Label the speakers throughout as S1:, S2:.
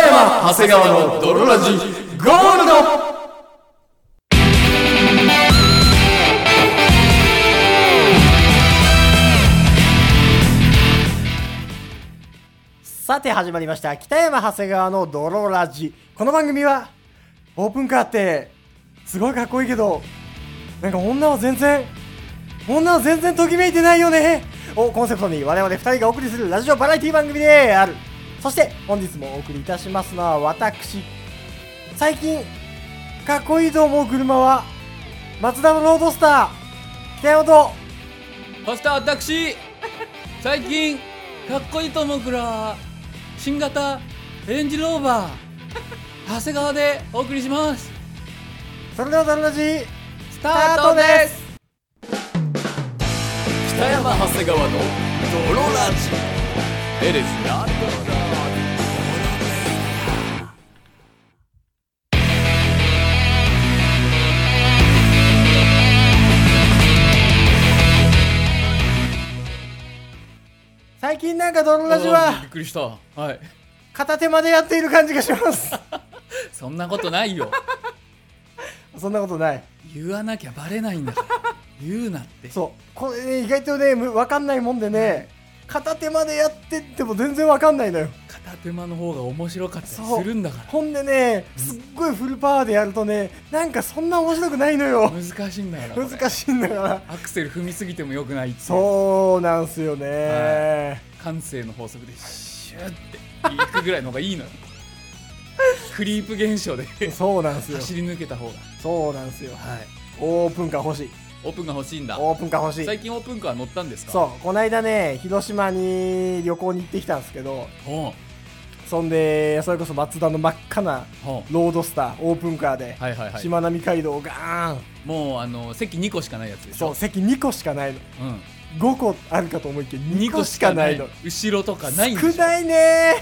S1: 長谷川の泥ラジゴールド
S2: さて始まりました北山長谷川の泥ラジこの番組はオープンカーってすごいかっこいいけどなんか女は全然女は全然ときめいてないよねをコンセプトに我々2人がお送りするラジオバラエティ番組であるそして本日もお送りいたしますのは私最近かっこいいと思う車はマツダのロードスター北山と
S3: そして私最近かっこいいと思うくら新型レンジローバー長谷川でお送りします
S2: それでは泥ラジ
S3: ス
S2: タートです
S1: 北山長谷川の泥ラジ It is not
S2: 最近なんか泥ラジは
S3: びっくりしたはい
S2: 片手間でやっている感じがします
S3: そんなことないよ
S2: そんなことない
S3: 言わなきゃバレないんだから言うなって
S2: そうこれね意外とねむわかんないもんでね片手間でやってっても全然わかんないのよ
S3: 片手間の方が面白かったり
S2: そう
S3: するんだか
S2: ほんでねすっごいフルパワーでやるとねなんかそんな面白くないのよ
S3: ら難しいんだよなこれ
S2: 難しいんだから
S3: アクセル踏みすぎてもよくないっていう
S2: そうなんすよね、
S3: 感性の法則でシューっていくぐらいの方がい いのよクリープ現象で
S2: そうなんすよ
S3: 走り抜けた方が
S2: そうなんすよ
S3: はい
S2: オープンカー欲しい
S3: オープンが欲しいんだ
S2: オープンカー欲しい
S3: 最近オープンカー乗ったんですか
S2: そうこないだね広島に旅行に行ってきたんですけど
S3: ほ
S2: そんでそれこそ松田の真っ赤な
S3: うほう
S2: ロードスターオープンカーで、
S3: はいはいはい
S2: しまなみ海道をガーン
S3: もうあの席2個しかないやつでし
S2: そ
S3: ょ
S2: う席2個しかないの
S3: うん
S2: 5個あるかと思いきや2
S3: 2
S2: 個
S3: 個
S2: し
S3: し
S2: か
S3: か
S2: な
S3: ないい
S2: の
S3: 後ろとかないんで
S2: 少
S3: しょ
S2: ないね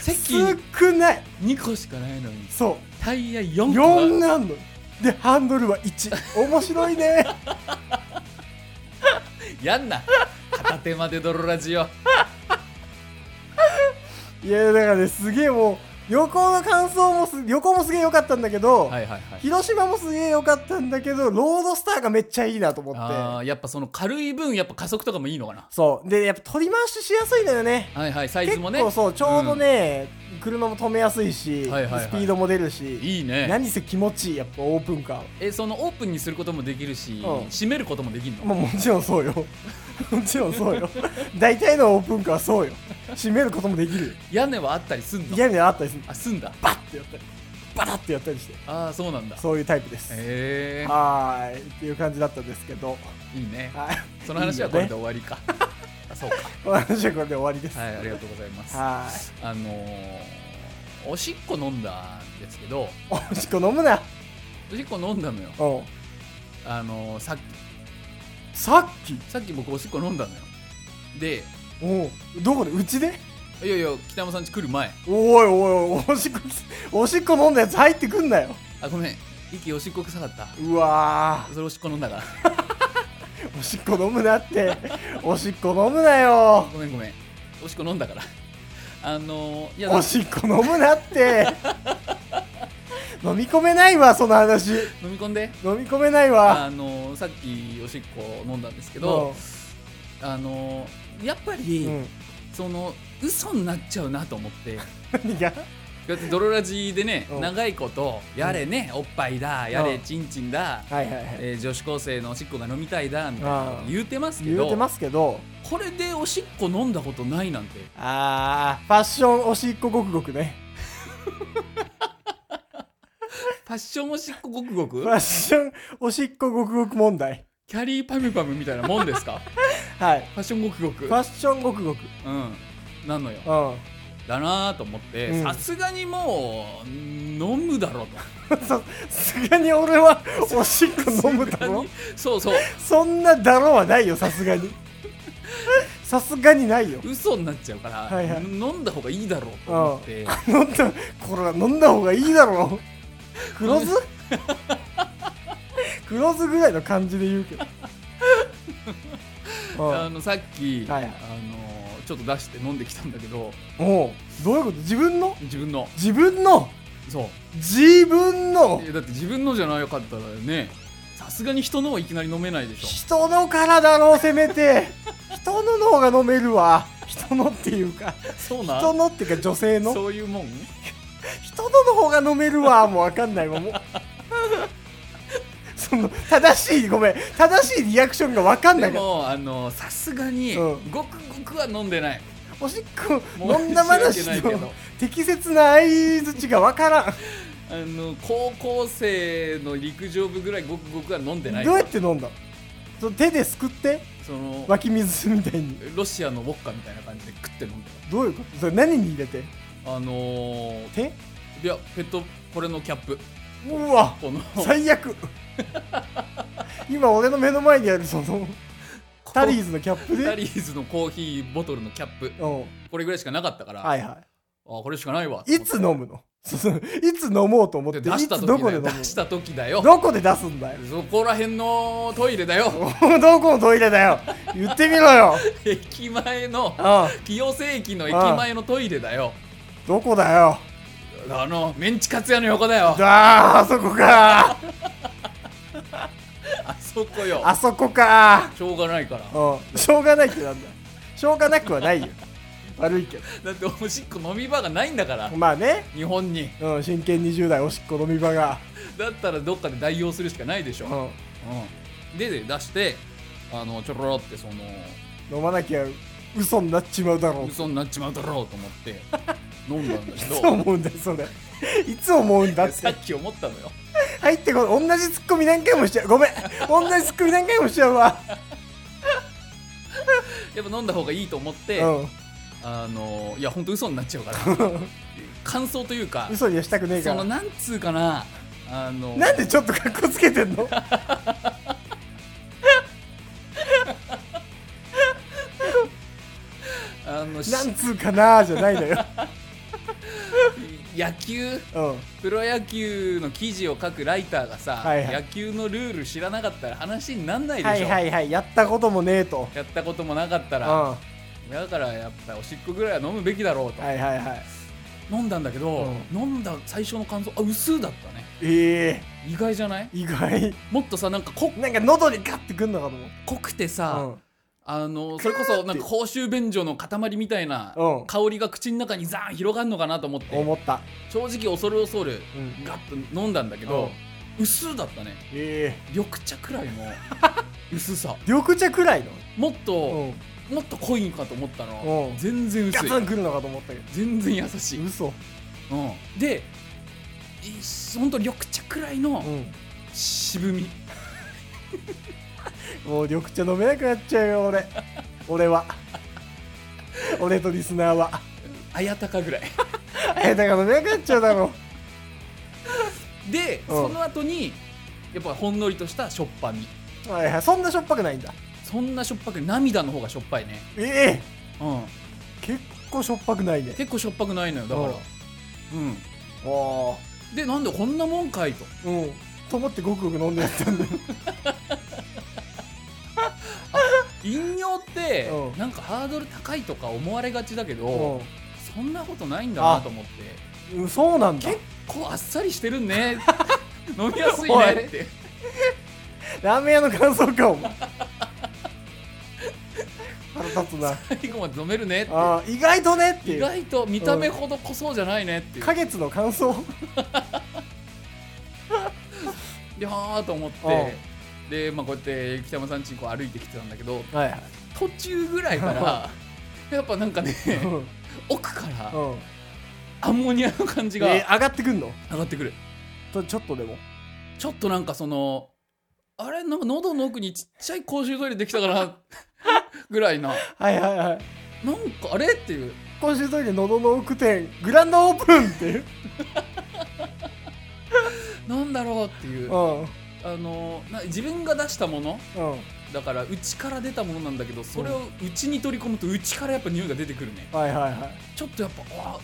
S3: 席
S2: 少ない
S3: 2個しかないのに
S2: そ
S3: タイヤ
S2: う
S3: 4
S2: 4
S3: 個
S2: なんのでハンドルは1面白い ね
S3: やんな片手まで泥ラ ジオ
S2: いやだからねすげえもう旅行の感想もす旅行もすげえ良かったんだけど、
S3: はいはいはい
S2: 広島もすげえ良かったんだけどロードスターがめっちゃいいなと思
S3: あ
S2: っ
S3: ー
S2: て
S3: やっぱその軽い分やっぱ加速とかもいいのかな
S2: そうでやっぱ取り回ししやすいのよね
S3: はいはいサイズ
S2: 結
S3: もね
S2: 構そうちょうどね、車も止めやすいし、
S3: はいはいはい
S2: スピードも出るし
S3: いいね
S2: 何せ気持ちいいやっぱオープンカーは
S3: えそのオープンにすることもできるし
S2: うん
S3: 閉めることもできるの
S2: まあもちろんそうよ もちろんそうよ大体のオープンカーはそうよ閉めることもできるよ
S3: 屋根はあったりすんの
S2: 嫌にあったりする
S3: あすんだ
S2: バッてやったりバタッてやったりして
S3: ああそうなんだ
S2: そういうタイプです、
S3: へえ
S2: はーいっていう感じだったんですけど
S3: いいね
S2: はい
S3: その話はこれで終わりか。 あそうか。
S2: この話はこれで終わりです
S3: はい、ありがとうございます。あ
S2: は
S3: のー、おしっこ飲んだんですけど、
S2: ーいおしっこ飲むな
S3: おしっこ飲んだのよ。
S2: うん
S3: あのー、さっき、
S2: さっき
S3: さっき僕おしっこ飲んだのよ。で、
S2: おうどこでうちで
S3: いやいや、北山さん家来る前。
S2: おいおいおいおしっこおしっこ飲んだやつ入ってくんなよ
S3: あ、ごめん。息おしっこ臭かった。
S2: うわ
S3: それおしっこ飲んだから。
S2: ーおしっこ飲むなっておしっこ飲むなよ
S3: ごめんごめん。おしっこ飲んだから。 あのー、いや、
S2: おしっこ飲むなって飲み込めないわその話
S3: 飲み込んで。
S2: 飲み込めないわ
S3: あのー、さっきおしっこ飲んだんですけど、あのー、やっぱ
S2: う
S3: り、
S2: ん、うん
S3: その、嘘になっちゃうなと思って。
S2: 何が
S3: だって泥ラジでね、
S2: うん
S3: 長いことやれね、おっぱいだや
S2: う
S3: れ
S2: ん
S3: ちんちんだ、
S2: はいはいはい
S3: えー女子高生のおしっこが飲みたいだみたいなこと言うてますけ
S2: 言うて
S3: ど
S2: ますけど
S3: これでおしっこ飲んだことないなんて
S2: あーファッションおしっこごくごくね
S3: ファッションおしっこごくごく
S2: ファッションおしっこごくごく問題
S3: キャリーパムパムみたいなもんですかフ
S2: はい
S3: ァッションごくごく
S2: ファッションごくごく
S3: うんなのよ
S2: う
S3: だなーと思って
S2: うん
S3: さすがにもう飲むだろうと
S2: ん さすがに俺はおしっ こ飲むだろ
S3: そうそう
S2: そんなだろはないよさすがにさすがにないよ
S3: 嘘になっちゃうから、
S2: はいはい
S3: 飲んだ方がいいだろうと思って
S2: 飲んだこれは飲んだ方がいいだろう黒酢 黒酢ぐらいの感じで言うけど
S3: あのさっき、
S2: はいはい
S3: あのちょっと出して飲んできたんだけど
S2: おうどういうこと自分の
S3: 自分の
S2: 自分の
S3: そ
S2: 自分の
S3: ういやだって自分のじゃなかったらねさすがに人のはいきなり飲めないでしょ
S2: 人のからだろうせめて人のの方が飲めるわ人のっていうか
S3: そうな
S2: 人のっていうか女性の
S3: そういうもん
S2: 人のの方が飲めるわもうわかんないわ もうその正しいごめん正しいリアクションがわかん
S3: で
S2: ないから
S3: もあのさすがに、
S2: うん
S3: ごくごくは飲んでない
S2: おしっこ
S3: もう
S2: 飲んだ話
S3: 申し訳ないけ
S2: の
S3: ど
S2: 適切な相づちがわからん
S3: あの高校生の陸上部ぐらいごくごくは飲んでない
S2: どうやって飲んだその手ですくって
S3: その
S2: 湧き水みたいに
S3: ロシアのウォッカみたいな感じで食って飲んで
S2: どういうことそれ何に入れて
S3: たあのー、
S2: 手
S3: いやペットこれのキャップ
S2: うわ
S3: この
S2: 最悪今俺の目の前にあるそのタリーズのキャップ
S3: タ
S2: で
S3: リーズのコーヒーボトルのキャップ
S2: うん
S3: これぐらいしかなかったから、
S2: はいは
S3: あこれしかないわ
S2: いいつ飲むのそうそういつ飲もうと思って
S3: で
S2: い
S3: 出
S2: つ
S3: した時
S2: どこ
S3: だ
S2: で飲
S3: よ
S2: む
S3: 出した時だよ
S2: のどこで出すんだよ
S3: そこら辺のトイレだよ
S2: どこのトイレだよ言ってみろよ
S3: 駅前の
S2: ああ
S3: 清瀬駅の駅前のトイレだよ
S2: どこだよ
S3: あのメンチカツ屋の横だよ
S2: あーあそこか
S3: あそこよ
S2: あそこか
S3: しょうがないから
S2: うんしょうがないってなんだしょうがなくはないよ悪いけ
S3: だっておしっこ飲み場がないんだから
S2: どまあね
S3: 日本に
S2: うん、真剣20代おしっこ飲み場が、
S3: だったらどっかで代用するしかないでしょ、
S2: う
S3: うん、でで出してあのちょろろってその
S2: ん、飲まなきゃ嘘になっちまうだろう
S3: 嘘になっちまうだろうと思って飲んだんだけ
S2: いつ
S3: ど
S2: 思うんだよそれいつ思うんだっ
S3: さ
S2: て
S3: っき思ったのよ
S2: 入ってこ同じツッコミ何回もしちゃうごめん同じツッコミ何回もしちゃうわ、
S3: やっぱ飲んだ方がいいと思って、
S2: う
S3: あのいやほんと嘘になっちゃうから 感想というか
S2: ん、嘘にはしたくねえか
S3: その
S2: ら
S3: なんつうかなあの
S2: なんでちょっと格好つけて んの
S3: あのし
S2: なんつうかなーじゃないのよ、
S3: 野
S2: う
S3: 球
S2: ん、
S3: プロ野球の記事を書くライターがさ、
S2: はいはい
S3: 野球のルール知らなかったら話になんないでしょ、
S2: はいはいはいやったこともねえと、
S3: やったこともなかった
S2: うん、
S3: ら、
S2: は
S3: だからやっぱおしっこぐらいは飲むべきだろう
S2: い
S3: と、
S2: はいはい
S3: 飲んだんだけど、飲んだ最初の感想あ薄だったね
S2: ええ
S3: 意外じゃない
S2: 意外
S3: もっとさなんか濃
S2: なんか喉にガッてくんのかと思っ
S3: 濃くて
S2: た、
S3: さ、
S2: うん、
S3: あのそれこそなんか公衆便所の塊みたいな
S2: うん
S3: 香りが口の中にザーン広がるのかなと思って
S2: 思った、
S3: 正直恐る恐る
S2: うん、
S3: ガッと飲んだんだけど、薄だったね
S2: ええ
S3: 緑茶 くらいの薄さ
S2: 緑茶くらいの
S3: もっ
S2: う
S3: と、
S2: ん
S3: もっと濃いんかと思ったの、
S2: うん
S3: 全然
S2: ガ
S3: 薄い
S2: ツン来るのかと思ったけど
S3: 全然優しい、
S2: 嘘
S3: うん、でいほんと緑茶くらいの
S2: うん
S3: 渋み、
S2: もう緑茶飲めなくなっちゃうよ 俺俺は俺とリスナーは
S3: 綾 鷹ぐらい
S2: えだから飲めなくなっちゃうだろ
S3: で、
S2: うん
S3: その後にやっぱほんのりとしたしょっぱみ
S2: うはいはいそんなしょっぱくないんだ
S3: そんなしょっぱく涙の方がしょっぱいね、
S2: ええ
S3: う
S2: 結構しょっぱくないね
S3: ん、結構しょっぱくないのよだから
S2: うん
S3: うん
S2: おあ
S3: でなんでこんなもんかいと
S2: うんと思ってごくごく飲んでやったんだよ
S3: 飲料って
S2: うん
S3: なんかハードル高いとか思われがちだけどそんなことないんだ
S2: あ
S3: なと思って
S2: うんうんそうなんだ
S3: 結構あっさりして るね飲みやすい
S2: お
S3: ね
S2: い
S3: って
S2: ラーメン屋の感想かお前腹立つな
S3: 最後まで飲めるねって
S2: あー意外とねって
S3: 意
S2: いう
S3: 外と見た目ほど濃そうじゃないねっていう
S2: 花月の感想
S3: いやーと思ってで、まあ、こうやって北山さんちにこう歩いてきてたんだけど
S2: はいはい
S3: 途中ぐらいからやっぱなんかね
S2: うん
S3: 奥から
S2: うん
S3: アンモニアの感じが
S2: え
S3: 上
S2: 上がってくんの
S3: がってくる
S2: とちょっとでも
S3: ちょっとなんかそのあれなんか喉の奥にちっちゃい公衆トイレできたかな ぐらいな
S2: はいはいはい
S3: なんかあれっていう
S2: 今週トイレのどの奥店グランドオープンっていう、
S3: なんだろうってい う
S2: う
S3: あ
S2: んうん、
S3: のな自分が出したものだから内から出たものなんだけどそれを内に取り込むと内からやっぱ匂いが出てくるね
S2: はいはいはい
S3: ちょっとやっぱあ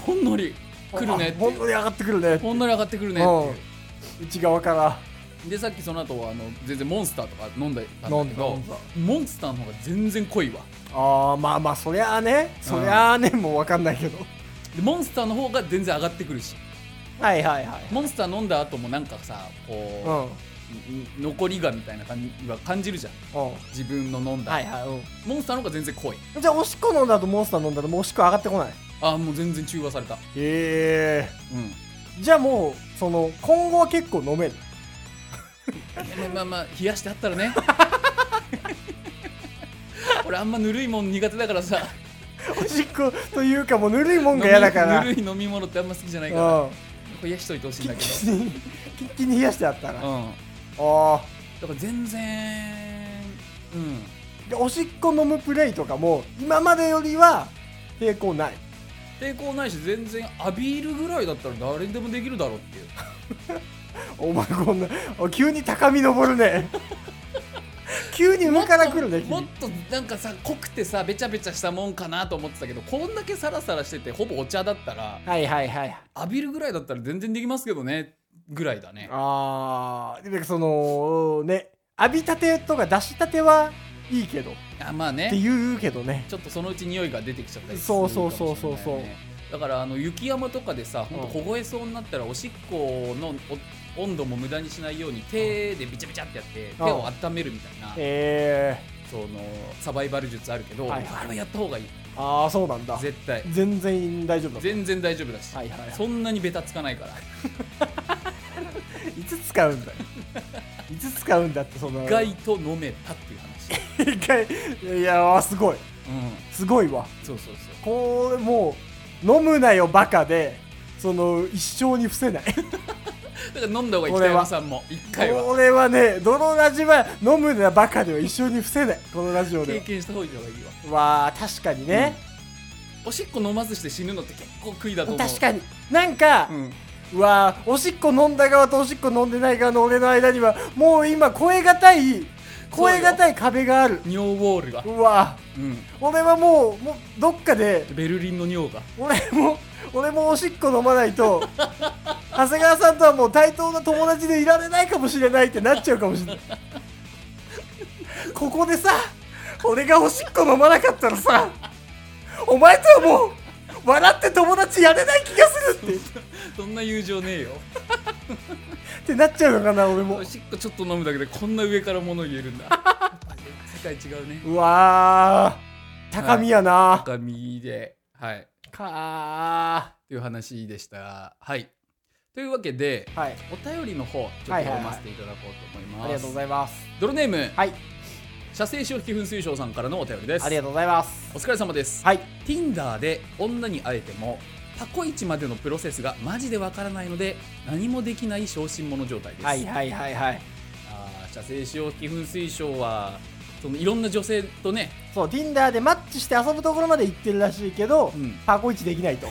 S3: ほんのりくるねって
S2: 本当に上がってくるね
S3: ほんのり上がってくるね
S2: う
S3: っ
S2: ん内側から
S3: てでさっきその後はあの全然モンスターとか飲んでたん
S2: 飲
S3: だ
S2: ん
S3: け
S2: だ
S3: どモンスターの方が全然濃いわ
S2: ああまあまあそりゃあねそりゃあね、もう分かんないけど
S3: でモンスターの方が全然上がってくるし
S2: はいはいはい
S3: モンスター飲んだ後もなんかさ
S2: う
S3: こ
S2: ん
S3: う、ん残りがみたいな感じは感じるじゃん
S2: う
S3: 自分の飲ん
S2: ん
S3: だ、
S2: はいはいうん
S3: モンスターの方が全然濃い
S2: じゃあおしっこ飲んだとモンスター飲んだともうおしっこ上がってこないへ
S3: ああもう全然中和された
S2: え
S3: うん
S2: じゃあもうその今後は結構飲め る
S3: まあまあまあ冷やしてあったらね 俺あんまぬるいもん苦手だからさ
S2: おしっこというかもうぬるいもんが嫌だから
S3: 飲みぬるい飲み物ってあんま好きじゃないから
S2: うん
S3: 冷やしといてほしいんだけ
S2: キッキンに キッキンに冷やしてあったら、
S3: ど
S2: あ
S3: うん
S2: あ
S3: だから全然うん
S2: でおしっこ飲むプレイとかも今までよりは抵抗ない
S3: 抵抗ないし全然アビールぐらいだったら誰にでもできるだろうっていう
S2: お前こんなお急に高み登る ね急に上から来るね君
S3: もっともっとなんかさ濃くてさべちゃべちゃしたもんかなと思ってたけどこんだけサラサラしててほぼお茶だったら
S2: はいはいはい
S3: アビールぐらいだったら全然できますけどねぐらいだね
S2: あーでそのね浴びたてとか出したてはいいけどっ
S3: あまあね
S2: て言うけどね
S3: ちょっとそのうち匂いが出てきちゃったりする
S2: そうそうそうそうそう
S3: かもしれないよねだからあの雪山とかでさほんと凍えそうになったらおしっこのお温度も無駄にしないように手でビチャビチャってやって手
S2: うん
S3: を温めるみたいな
S2: え
S3: そのサバイバル術あるけどあ
S2: はい
S3: れ
S2: はい
S3: はやった方がいい
S2: ー、ああそうなんだ
S3: 絶対
S2: 全然大丈夫だ
S3: 全然大丈夫だし
S2: はいはいはい
S3: そんなにベタつかないから
S2: いつ使うんだ よいつ使うんだってその
S3: 意外と飲めたっていう話
S2: 一回いやーすごい
S3: うん
S2: すごいわ
S3: そうそうそう
S2: こうもう飲むなよバカでその一生に伏せない
S3: だから飲んだ方がいい北山さんも一回は
S2: これはねどのラジは飲むなよバカでは一生に伏せないこのラジオ
S3: 経
S2: で
S3: 験した方がいいわ
S2: はわー確かにね、
S3: おしっこ飲まずして死ぬのって結構悔いだと思う
S2: 確かになんか、
S3: うん
S2: うわーおしっこ飲んだ側とおしっこ飲んでない側の俺の間にはもう今超え難い超え難い壁がある
S3: 尿ウォールが
S2: うわ
S3: うん、
S2: ー俺はもうもうどっかで
S3: ベルリンの尿が
S2: 俺も俺もおしっこ飲まない と長谷川さんとはもう対等な友達でいられないかもしれないってなっちゃうかもしれないここでさ俺がおしっこ飲まなかったらさお前とはもう笑って友達やれない気がするってっ
S3: そんな友情ねえよ
S2: てなっちゃうのかな俺も
S3: おしっこちょっと飲むだけでこんな上から物言えるんだ やっぱ世界違うね
S2: うわー高みやな、
S3: 赤身ではい
S2: か
S3: という話でしたはいというわけで
S2: ーはい
S3: お便りの方ちょ
S2: は
S3: っ
S2: い
S3: と
S2: はいはい
S3: 読ませていただこうと思います、
S2: ありがとうございます
S3: ドルネーム
S2: はい
S3: 射精子を吹き粉水晶さんからのお便りです
S2: ありがとうございます
S3: お疲れ様です、
S2: はい
S3: Tinder で女に会えてもタコイチまでのプロセスがマジでわからないので何もできない小心者状態です、
S2: はいはいはいはい
S3: あー射精使用寄付推奨はそのいろんな女性とね
S2: そう Tinder でマッチして遊ぶところまで行ってるらしいけど、
S3: うん
S2: パコイチできないと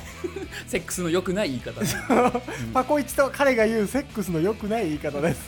S3: セックスの良くない言い 方で
S2: パコイチと彼が言うセックスの良くない言い方です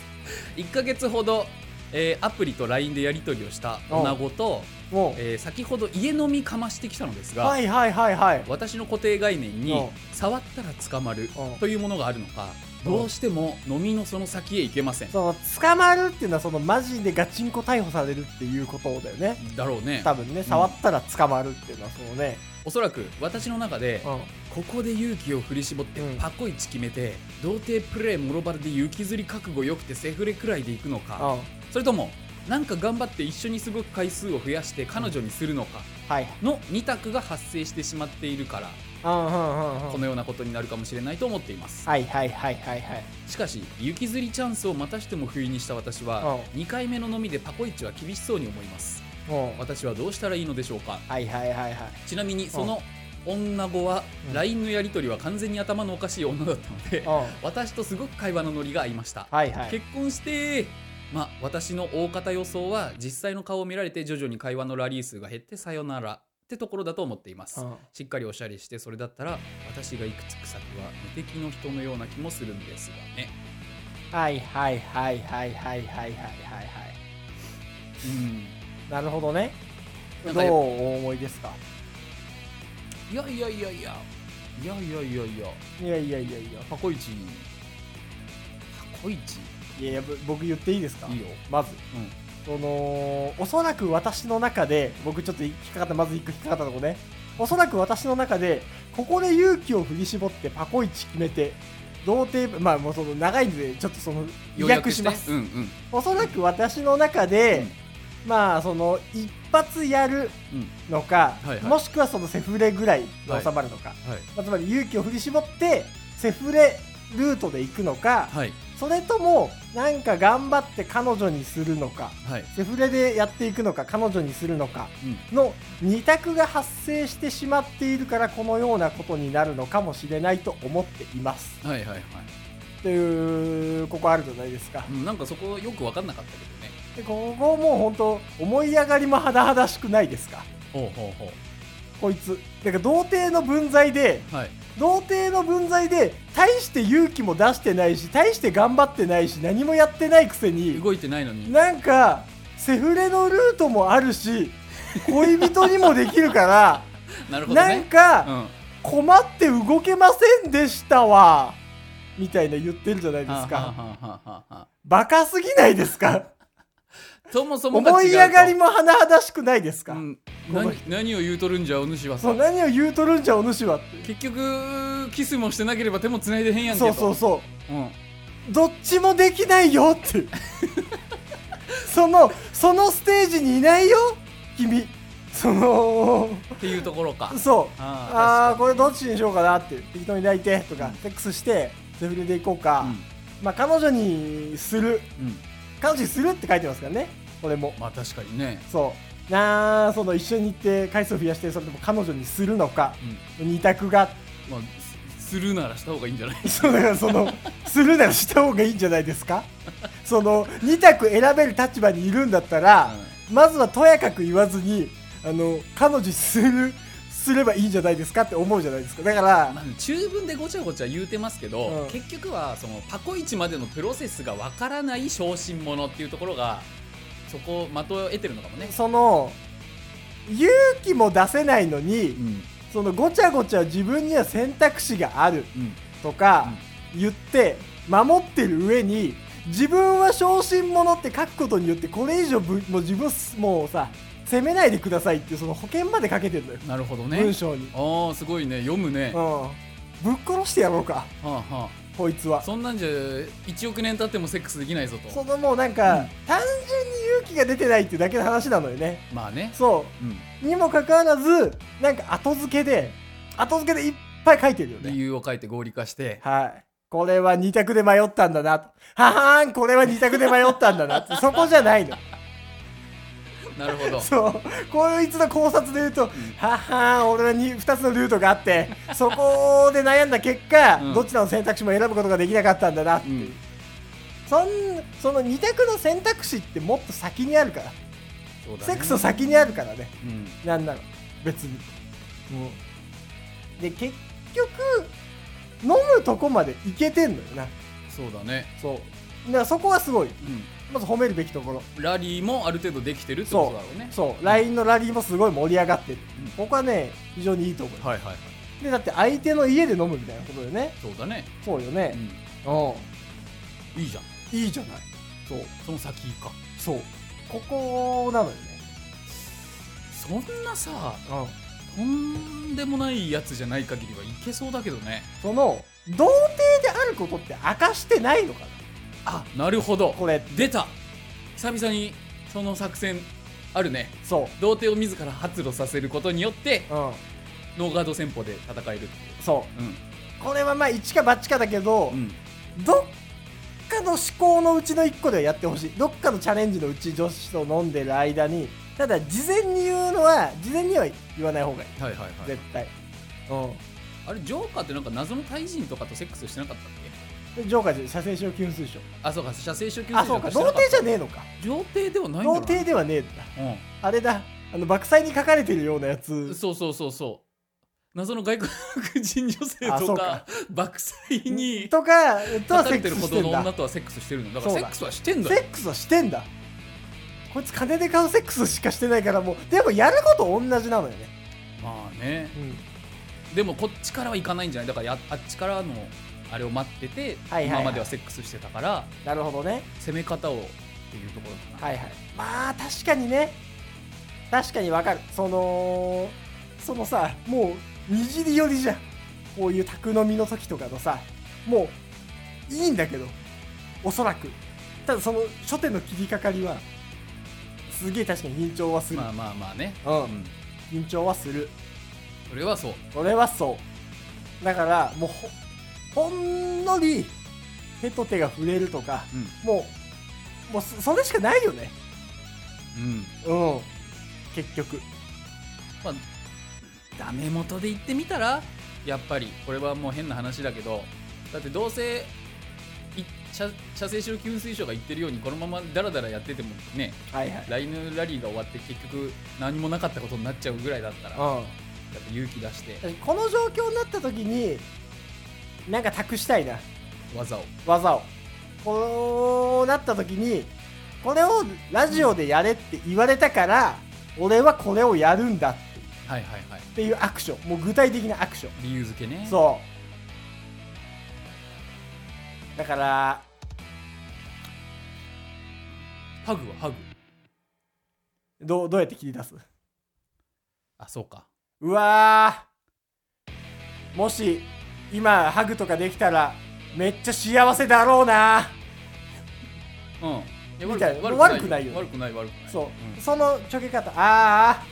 S3: 1ヶ月ほど、えーアプリと LINE でやり取りをした女子と、
S2: もう、
S3: えー先ほど家飲みかましてきたのですが、
S2: はいはいはいはい
S3: 私の固定概念
S2: お
S3: に触ったら捕まる
S2: お
S3: というものがあるのか
S2: お
S3: どうしても飲みのその先へ行けません
S2: その捕まるっていうのはそのマジでガチンコ逮捕されるっていうことだよね
S3: だろうね
S2: 多分ね触ったら捕まるっていうのはそのね、
S3: おそらく私の中で
S2: うん
S3: ここで勇気を振り絞って
S2: うん
S3: パコイチ決めて、童貞プレーもろバレで雪吊り覚悟よくてセフレくらいで行くのか、
S2: うん
S3: それともなんか頑張って一緒に過ごす回数を増やして彼女にするのか
S2: はい
S3: の2択が発生してしまっているから
S2: うんうんうんう
S3: こ
S2: ん
S3: のようなことになるかもしれないと思っています
S2: はいはいはいはいはい
S3: しかし雪吊りチャンスをまたしても不意にした私は2回目の飲みでパコイチは厳しそうに思います
S2: もう
S3: 私はどうしたらいいのでしょうか
S2: はいはいはいはい
S3: ちなみにその女子は
S2: うん
S3: LINE のやり取りは完全に頭のおかしい女だったので
S2: うん
S3: 私とすごく会話のノリが合いました、
S2: はいはい
S3: 結婚してまあ私の大方予想は実際の顔を見られて徐々に会話のラリー数が減ってさよならってところだと思っています、
S2: うん
S3: しっかりおしゃれしてそれだったら私が行くつく先は無敵の人のような気もするんですがね
S2: はいはいはいはいはいはいはいはいはい
S3: うん
S2: なるほどね
S3: な
S2: どう
S3: んかやっぱ
S2: お思いですか
S3: いやいやいやいやいやいやいやいや
S2: いやいやいやいや
S3: 過去一過去一
S2: いやいやぶ僕言っていいですか
S3: いいよ
S2: まず
S3: うん
S2: そのおそらく私の中で僕ちょっと引っかかったまず一個引っかかったとこねおそらく私の中でここで勇気を振り絞ってパコイチ決めて童貞まあもうその長いんでちょっとその
S3: 予
S2: 予
S3: 約
S2: 約
S3: し
S2: し
S3: ま
S2: ます
S3: す。うんうん
S2: おそらく私の中で、まあその一発やる
S3: うん
S2: のか、
S3: はいはい
S2: もしくはそのセフレぐらいで収まるのか、
S3: はい
S2: まあつまり勇気を振り絞ってセフレルートで行くのか、
S3: はい
S2: それともなんか頑張って彼女にするのか
S3: はい
S2: セフレでやっていくのか彼女にするのか
S3: うん
S2: の二択が発生してしまっているからこのようなことになるのかもしれないと思っています
S3: はいはいはい。
S2: というここあるじゃないですか
S3: うんなんかそこよく分かんなかったけどね。
S2: でここもう本当思い上がりも甚だしくないですか
S3: ほうほうほ
S2: こいつだから童貞の分際で
S3: う。はい。
S2: 童貞の分際で大して勇気も出してないし大して頑張ってないし何もやってないくせに
S3: 動いてないのに。
S2: なんかセフレのルートもあるし恋人にもできるから
S3: なるほど
S2: なん
S3: ね。う
S2: か
S3: ん。
S2: 困って動けませんでしたわみたいな言ってるじゃないです
S3: は
S2: か
S3: あはあはあはあは
S2: バカすぎないですか
S3: あそもそもが違うと
S2: 思い上がりも甚だしくないですか、
S3: うん
S2: この
S3: 何何を言うとるんじゃお主は
S2: そ
S3: さ
S2: う何を言うとるんじゃお主はって
S3: 結局キスもしてなければ手も繋いでへんやんけ
S2: そ
S3: と
S2: うそうそう
S3: うん
S2: どっちもできないよって そのそのステージにいないよ君その
S3: っていうところか
S2: そうあ
S3: あ
S2: あーこれどっちにしようかなって適当に抱いてとか、セックスしてセフレでいこう
S3: あ
S2: か、
S3: うん
S2: まあ彼女にする
S3: うん
S2: 彼女にするって書いてますからねこれも
S3: まあ確かにね
S2: そうなあその一緒に行って回数増やしてそれとも彼女にするのか
S3: うん
S2: 二択が
S3: まあすするならした方がいいんじゃない
S2: そうだからそのするならした方がいいんじゃないですかその2択選べる立場にいるんだったら、まずはとやかく言わずにあの彼女するすればいいんじゃないですかって思うじゃないですかだから、
S3: まあ中文でごちゃごちゃ言うてますけど、
S2: うん
S3: 結局はそのパコイチまでのプロセスがわからない小心者っていうところがそこを的を得てるのかもね、
S2: その勇気も出せないのに、
S3: うん
S2: そのごちゃごちゃ自分には選択肢がある
S3: うん、
S2: とか言って守ってる上に自分は小心者って書くことによってこれ以上ぶもう自分すもうさ責めないでくださいっていうその保険までかけてんだよ、
S3: なるほどね
S2: 文章に、
S3: ああすごいね読むね、
S2: う
S3: は
S2: ん、ぶっ殺してやろうか
S3: あは
S2: こいつ
S3: あ、
S2: は
S3: そんなんじゃ1億年経ってもセックスできないぞ
S2: そ
S3: と
S2: のもうなんか、単純に勇気が出てないっていうだけの話なのよね
S3: まあね
S2: そ
S3: うん
S2: うにもかかわらずなんか後付けで後付けでいっぱい書いてるよね
S3: 理由を書いて合理化して
S2: はい。これは二択で迷ったんだなと。ははーん、これは二択で迷ったんだな って。そこじゃないの。
S3: なるほど
S2: そう。こいつの考察で言うと、ははーん、俺はに二つのルートがあって、そこで悩んだ結果、
S3: うん
S2: どちらの選択肢も選ぶことができなかったんだなって
S3: う
S2: いうんそん、その二択の選択肢ってもっと先にあるから。
S3: そうだ
S2: セ
S3: ね
S2: ックスの先にあるからね。
S3: うん
S2: なんなの。別に。もう。で、結局、飲むとこまでいけてんのよな。
S3: そうだね
S2: そう。だからそこはすごい。
S3: う
S2: まず褒めるべきところ。
S3: んラリーもある程度できてるってこ
S2: そ
S3: とだろうね
S2: う。そう。LINE のラリーもすごい盛り上がってる
S3: うん。
S2: ここはね、非常にいいと思。
S3: はいはいはいう
S2: で、だって相手の家で飲むみたいなことよね。
S3: そうだね
S2: そうよね。う
S3: いいじゃん
S2: ん。いいじゃない。そう。
S3: その先か
S2: そう。ここなのよね。
S3: そんなさ
S2: うん。
S3: とんでもないやつじゃない限りはいけそうだけどね
S2: その、童貞であることって明かしてないのかな
S3: あなるほど
S2: これ。
S3: 出た久々にその作戦あるね
S2: そう。
S3: 童貞を自ら発露させることによって
S2: うん。
S3: ノーガード戦法で戦えるってい
S2: そうう。これはまあ、一か八かだけど、
S3: うん、うん、
S2: どっかの思考のうちの一個ではやってほしい。どっかのチャレンジのうち女子と飲んでる間に、ただ事前に言うのは、事前には言わない方がいい。
S3: はいはいはい
S2: 絶対。うん。
S3: あれジョーカーってなんか謎のタイ人とかとセックスしてなかったっけ
S2: でジョーカーで射精症、吸水症。
S3: あそうか射精初級
S2: あ、そうか。童貞じゃねえのか。
S3: 童貞ではないんだ
S2: 童
S3: な
S2: 貞ではねえんだ。あれだ。あの、爆災に書かれてるようなや
S3: うん、
S2: つ。
S3: そうそうそうそう謎の外国人女性
S2: あそ
S3: と
S2: う
S3: か
S2: か
S3: 爆災に
S2: とか、とはセ
S3: 立たれ
S2: ック
S3: てる
S2: ス
S3: ほ
S2: して
S3: どの
S2: んだ
S3: 女。とはセックスしてるんだだか
S2: そ
S3: ら
S2: うだ
S3: セックスはしてん
S2: セ
S3: だよ
S2: ックスはしてんだ。こいつ金で買うセックスしかしてないから、もう、でもやること同じなのよね。
S3: まあね
S2: うん。
S3: でもこっちからはいかないんじゃないだからやあっちからのあれを待ってて、
S2: はいはいはい
S3: 今まではセックスしてたから
S2: なるほどね
S3: 攻め方をっていうところかな、
S2: はいはいまあ確かにね確かにわかるそのそのさもうにじり寄りじゃんこういう宅飲みの時とかのさもういいんだけどおそらくただその初手の切りかかりはすげえ確かに緊張はする、
S3: まあまあまあね、
S2: う
S3: うんん、
S2: 緊張はする
S3: それはそう
S2: 俺はそうだからもうほほんのり手と手が触れるとか
S3: うん
S2: もうもうそそれしかないよね
S3: うん
S2: うん結局
S3: まあダメ元で言ってみたらやっぱりこれはもう変な話だけどだってどうせい射射精しろ吸水省が言ってるようにこのままダラダラやっててもね
S2: はいはい
S3: ライヌラリーが終わって結局何もなかったことになっちゃうぐらいだったらやっ
S2: う
S3: ぱ勇気出して
S2: ん、この状況になった時になんか託したいな
S3: 技を
S2: 技をこうなった時にこれをラジオでやれって言われたから、俺はこれをやるんだっ
S3: はいはいはい
S2: ていうアクションもう具体的なアクション
S3: 理由付けね
S2: そうだから
S3: ハグはハグ
S2: どうどうやって切り出す
S3: あそうか
S2: うわーもし今ハグとかできたらめっちゃ幸せだろうな
S3: うんいや
S2: みたいな
S3: 悪く
S2: 悪
S3: 悪くない悪くない
S2: そう、
S3: ん
S2: そのちょけ方ああ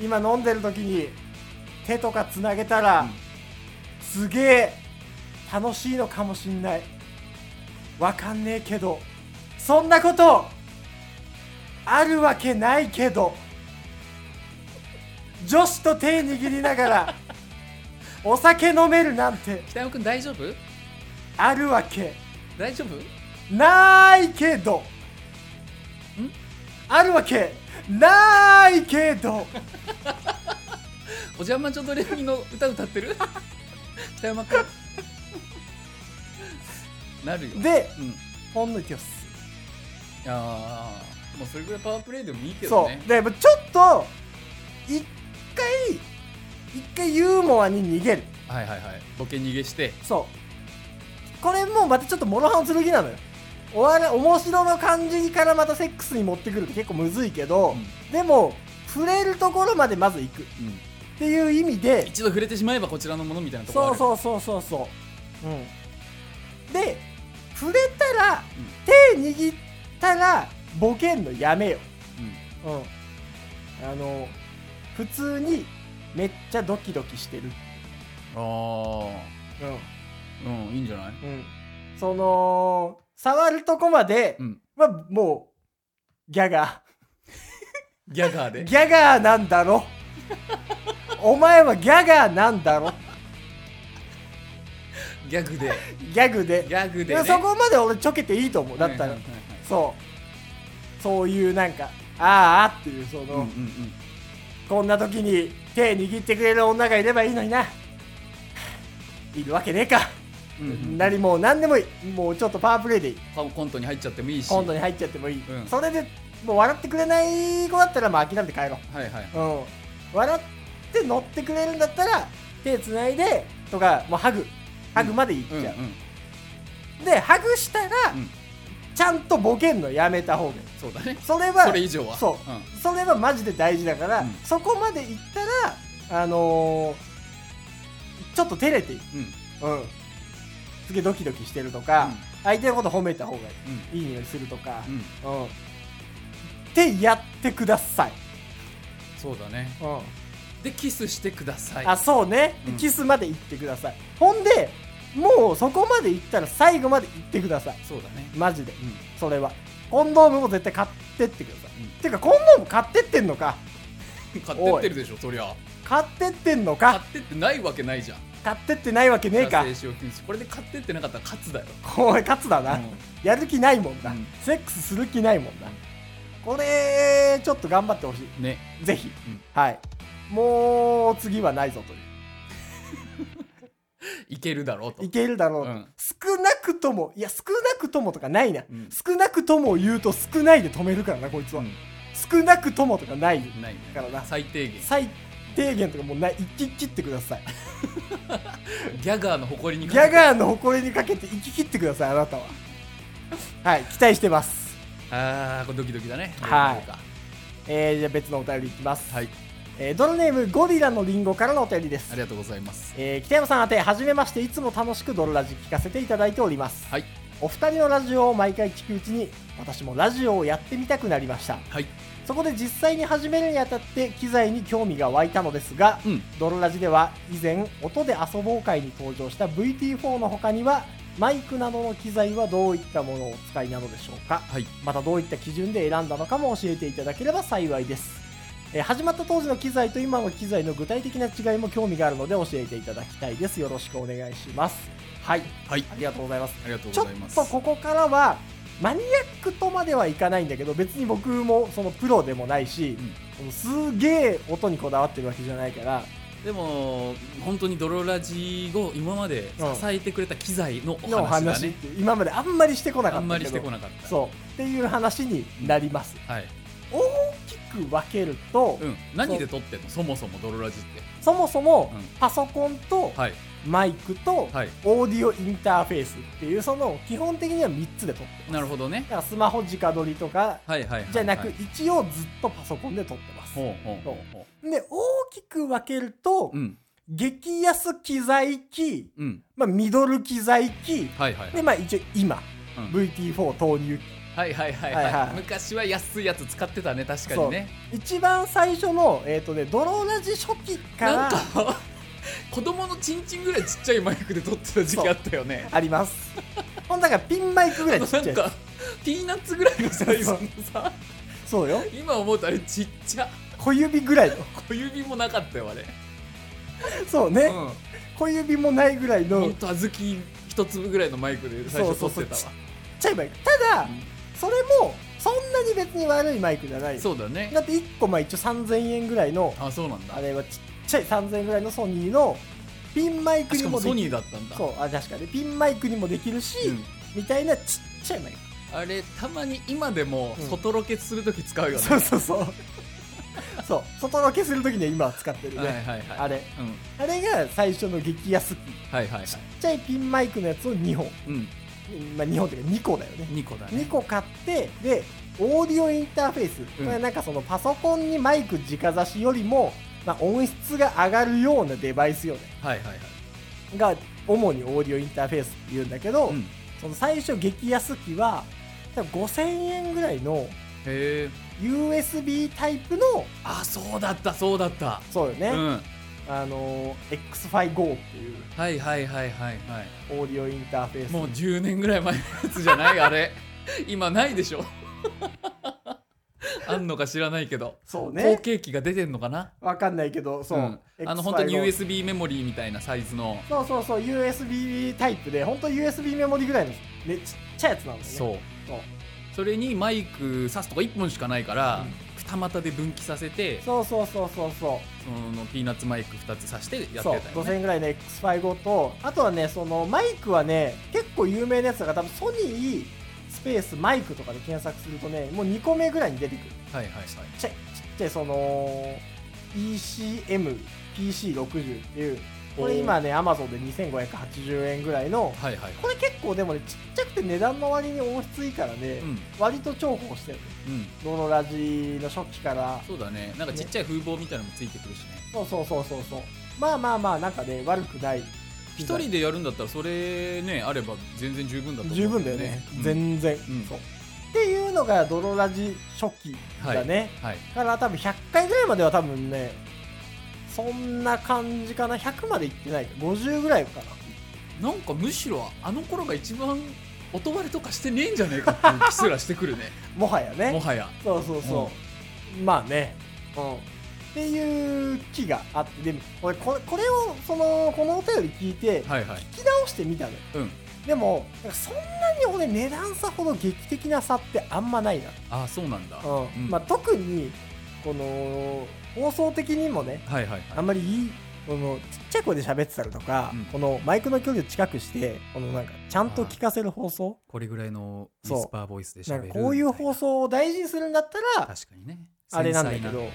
S2: 今飲んでる時に手とかつなげたら、
S3: うん
S2: すげえ楽しいのかもしんないわかんねえけどそんなことあるわけないけど女子と手握りながらお酒飲めるなんて
S3: 北山君大丈夫
S2: あるわけ
S3: 大丈夫
S2: ないけどあるわけないけど
S3: おじゃまちょどれみの歌歌ってる 北山君なるよ
S2: で
S3: うん
S2: ほんのきょす
S3: ああもうそれぐらいパワープレイでもいいけど
S2: そ
S3: ね
S2: うでもちょっと一回一回ユーモアに逃げる
S3: はいはいはいボケ逃げして
S2: そうこれもまたちょっと諸刃の剣なのよお笑い面白の感じからまたセックスに持ってくるって結構むずいけど、
S3: うん
S2: でも触れるところまでまず行くっていう意味で
S3: 一度触れてしまえばこちらのものみたいなところあ
S2: そう
S3: るう
S2: そうそうそうそう、うん、で触れたら、手握ったらボケんのやめよう、うん、あの普通にめっちゃドキドキしてる、
S3: そう、あ
S2: う
S3: あうんいいんじゃない
S2: んうん、その触るとこまで
S3: うん
S2: はもうギャガ
S3: ギャガー
S2: ー
S3: で
S2: ギャガーなんだ ろお前はギャガーなんだろ
S3: ギャグで
S2: ギャグで
S3: ギャグ
S2: で
S3: で、ね、
S2: そこまで俺ちょけていいと思うだったら、
S3: はいはいはいはい
S2: そうそういうなんかあーあっていうその、
S3: うんうんうん
S2: こんな時に手握ってくれる女がいればいいのに ないるわけねえか、
S3: うんうん
S2: 何もう何でもいいもうちょっとパワープレイでいい
S3: コンコントに入っちゃってもいいし
S2: コントに入っちゃってもいい、
S3: うん
S2: それでもう笑ってくれない子だったらまあ諦めて帰ろ
S3: はいはい、
S2: う、うん、笑って乗ってくれるんだったら手つないでとかもうハグハグまでいっちゃう、
S3: うんうん、
S2: でハグしたら、
S3: うん
S2: ちゃんとボケんのやめた方がいい
S3: そうだね
S2: それは
S3: それ以上は
S2: そう、
S3: う
S2: それはマジで大事だから、
S3: うん
S2: そこまでいったらあのーちょっと照れていい
S3: うん
S2: うんすげえドキドキしてるとか、
S3: うん
S2: 相手のこと褒めた方がい
S3: うん
S2: いいい匂いするとか
S3: うん
S2: うん、ってやってください、
S3: そうだね
S2: うん
S3: でキスしてください
S2: あそうね、
S3: うん
S2: キスまで行ってくださいほんでもうそこまで行ったら最後まで行ってください
S3: そうだね
S2: マジで
S3: うん
S2: それはコンドームも絶対買ってってください、
S3: うん
S2: てかコンドーム買ってってんのか
S3: 買ってってるでしょそりゃ
S2: 買ってってんの
S3: 買っ
S2: か
S3: てってないわけないじゃん
S2: 買ってってないわけねえか
S3: 射精しよう禁止これで買ってってなかったら勝つだよ
S2: お前勝つだな、
S3: うん
S2: やる気ないもんな、
S3: うん
S2: セックスする気ないもんな、これちょっと頑張ってほし
S3: ね
S2: いぜひ、
S3: うん
S2: はいもう次はないぞという
S3: いけるだろうと
S2: いけるだろう、
S3: うん
S2: 少なくともいや少なくともとかないな、
S3: うん
S2: 少なくともを言うと少ないで止めるからなこいつは、
S3: うん
S2: 少なくともとかない
S3: ないね
S2: だからな
S3: 最低限
S2: 最提言とかもうない行き切ってください
S3: ギャガーの誇りに
S2: ギャガ
S3: ー
S2: ーの誇りにかけて行き切ってくださいあなたははい期待してます
S3: あーこれドキドキだね
S2: はい
S3: どうなるか
S2: えー、じゃあ別のお便りいきます、
S3: はい
S2: えードラネームゴリラのリンゴからのお便りです
S3: ありがとうございます
S2: えー北山さん宛てはじめましていつも楽しくドロラジ聞かせていただいております、
S3: はい
S2: お二人のラジオを毎回聞くうちに私もラジオをやってみたくなりました
S3: はい
S2: そこで実際に始めるにあたって機材に興味が湧いたのですが、
S3: うん
S2: ドロラジでは以前音で遊ぼう会に登場した VT4 の他にはマイクなどの機材はどういったものをお使いなのでしょうか
S3: はい
S2: またどういった基準で選んだのかも教えていただければ幸いです、えー始まった当時の機材と今の機材の具体的な違いも興味があるので教えていただきたいですよろしくお願いしますはい
S3: はい
S2: ありがとうございます
S3: ありがとう
S2: ちょ
S3: ご
S2: っ
S3: ざいます
S2: とここからはマニアックとまではいかないんだけど別に僕もそのプロでもないし、そのすげえ音にこだわってるわけじゃないから
S3: でも本当にドロラジを今まで支えてくれた機材のお
S2: のお
S3: 話が
S2: 話っ
S3: ね、
S2: て今まであんまりしてこなか
S3: あ
S2: ったけど
S3: んまりしてこなかった
S2: そうっていう話になります、
S3: はい、
S2: 大きく分けると、
S3: うん、何で撮ってんのそもそもドロラジって
S2: そもそも
S3: うん
S2: パソコンと
S3: はい
S2: マイクと
S3: はい
S2: オーディオインターフェースっていうその基本的には3つで撮ってます
S3: なるほどね
S2: だからスマホ直撮りとか
S3: はいはいはいはい
S2: じゃなく一応ずっとパソコンで撮ってます、
S3: ほうほうほうほ
S2: で大きく分けると、
S3: ううん
S2: 激安機材機、
S3: うん
S2: まあ、ミドル機材機
S3: はいはいは
S2: で
S3: い
S2: まあ一応今、
S3: うん
S2: VT4 投入
S3: はいはいはい
S2: はい
S3: は
S2: はいい
S3: 昔は安いやつ使ってたね確かにね
S2: 一番最初のえっ、とねドローラジ初期か
S3: な
S2: ら
S3: んか 子供のチンチンぐらいちっちゃいマイクで撮ってた時期あったよね
S2: ありますほんだからピンマイクぐら
S3: あ
S2: い
S3: の
S2: ちっちゃ
S3: なん
S2: い
S3: かピーナッツぐらいのサイズのさ
S2: そうよ
S3: 今思うとあれちっちゃ
S2: 小指ぐらいの
S3: 小指もなかったよあれ
S2: そうね、
S3: うん
S2: 小指もないぐらい
S3: ほ
S2: のち
S3: ん
S2: っ
S3: と小豆一粒ぐらいのマイクで最初撮ってた
S2: そうそ
S3: わ
S2: うそうちゃいマイクただ、
S3: うん
S2: それもそんなに別に悪いマイクじゃない
S3: そうだね
S2: だって1個まあ一応3000円ぐらいの
S3: あそうなんだ
S2: あれはちっちゃい3000円ぐらいのソニーのピンマイク
S3: し
S2: に
S3: か
S2: も
S3: も
S2: で
S3: ソ
S2: き
S3: ニー
S2: る
S3: だったんだ
S2: そうあ確かにピンマイクにもできるし、
S3: うん
S2: みたいなちっちゃいマイク、
S3: あれたまに今でも
S2: うん
S3: 外ロケするとき使うよね、
S2: そうそうそう そう外ロケするときには今は使ってるね、
S3: はいはいはい
S2: あれ
S3: うん、
S2: あれが最初の激安機ちっ
S3: はいはいはい
S2: ちゃいピンマイクのやつを2本、
S3: うん
S2: まあ、2本というか2個だよね
S3: 2個だね
S2: 2個買ってでオーディオインターフェース、
S3: うん
S2: これはなんかそのパソコンにマイク直差しよりも、まあ、音質が上がるようなデバイスよね
S3: はいはいはい
S2: が主にオーディオインターフェースっていうんだけど、
S3: うんへ
S2: その最初激安機は多分5000円ぐらいの
S3: え
S2: USB タイプの
S3: あそうだったそうだった
S2: そうよね、
S3: うん
S2: あの XFi-GO っていう
S3: はいはいはいはいは
S2: オーディオインターフェー
S3: い
S2: ス
S3: もう10年ぐらい前のやつじゃないあれ 今ないでしょ あんのか知らないけど
S2: そうね
S3: 後継機が出てんのかな
S2: わかんないけどそう、
S3: んあの本当に
S2: XFi-GO
S3: USB メモリーみたいなサイズの
S2: そうそうそう USB タイプで本当 USB メモリぐらいの、ね、ちっちゃいやつなんだよね
S3: そう
S2: そう
S3: それにマイク挿すとこ1本しかないか
S2: う
S3: ら、
S2: ん
S3: 二股で分岐させてそ
S2: そうそうそうそうそう
S3: のピーナッツマイク2つ挿してやってた
S2: そう
S3: よ
S2: 5000
S3: ね
S2: 円ぐらいの X5 とあとはねそのマイクはね結構有名なやつだから多分ソニースペースマイクとかで検索するとねもう2個目ぐらいに出てくる
S3: はいはいはい
S2: ちっちゃいちっちゃいその ECMPC60 っていうこれ今ねアマゾンで2580円ぐらいの
S3: はいはい
S2: これ結構でもねちっちゃくて値段の割に音質いいからね、
S3: うん
S2: 割と重宝してる
S3: うん
S2: ロロラジの初期から
S3: そうだねなんかちっちゃい風貌みたいなのもついてくるしね
S2: そうそうそうそうそうまあまあまあなんかね悪くない
S3: 一人でやるんだったらそれねあれば全然十分だと思う
S2: 十分だよね、
S3: うん
S2: 全然、
S3: うん
S2: そうっていうのが泥ラジ初期だね、
S3: はい
S2: から多分100回ぐらいまでは多分ねそんな感じかな100までいってないか50ぐらいか
S3: なんかむしろあの頃が一番音割れとかしてねえんじゃねえかっていう気すらして くるね
S2: なもはや
S3: も
S2: ね
S3: はや
S2: そうそうそう、まあねうんっていう気があってでも俺これこれをそのこのお便り聞いて
S3: はいはい
S2: 聞き直してみたのよ
S3: うん
S2: でもなんかそんなに俺値段差ほど劇的な差ってあんまないな
S3: ああそうなんだ
S2: うん
S3: うん
S2: まあ、特にこの放送的にもね
S3: はいはい
S2: あ
S3: はい
S2: んまりいいこのちっちゃい声で喋ってたりとか、
S3: うん
S2: このマイクの距離を近くしてこのなんかちゃんと聞かせる放送
S3: これぐらいのウ
S2: そう
S3: ィスパーボイスでし
S2: な
S3: ゃ
S2: ん
S3: べ
S2: か
S3: る
S2: こういう
S3: みたな
S2: 放送を大事にするんだったら
S3: 確かにね
S2: あれなんだけ
S3: 繊細
S2: ど